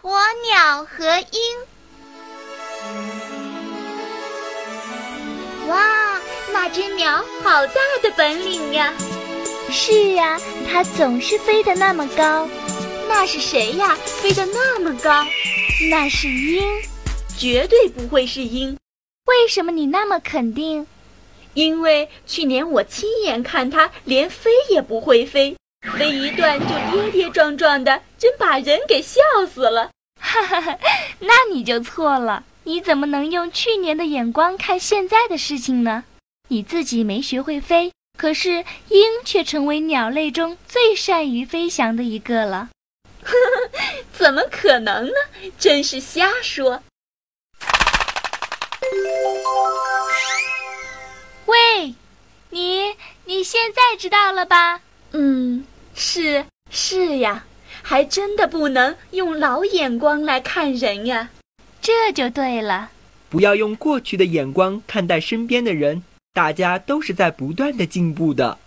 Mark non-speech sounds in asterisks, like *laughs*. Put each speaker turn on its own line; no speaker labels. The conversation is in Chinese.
鸵鸟和鹰。
哇，那只鸟好大的本领呀！
是啊，它总是飞得那么高。
那是谁呀？飞得那么高？
那是鹰，
绝对不会是鹰。
为什么你那么肯定？
因为去年我亲眼看它连飞也不会飞，飞一段就跌跌撞撞的，真把人给笑死了。
哈哈哈，那你就错了。你怎么能用去年的眼光看现在的事情呢？你自己没学会飞，可是鹰却成为鸟类中最善于飞翔的一个了。 *laughs*
呵呵，怎么可能呢？真是瞎说！
喂，你你现在知道了吧？
嗯，是是呀，还真的不能用老眼光来看人呀。
这就对了，
不要用过去的眼光看待身边的人，大家都是在不断的进步的。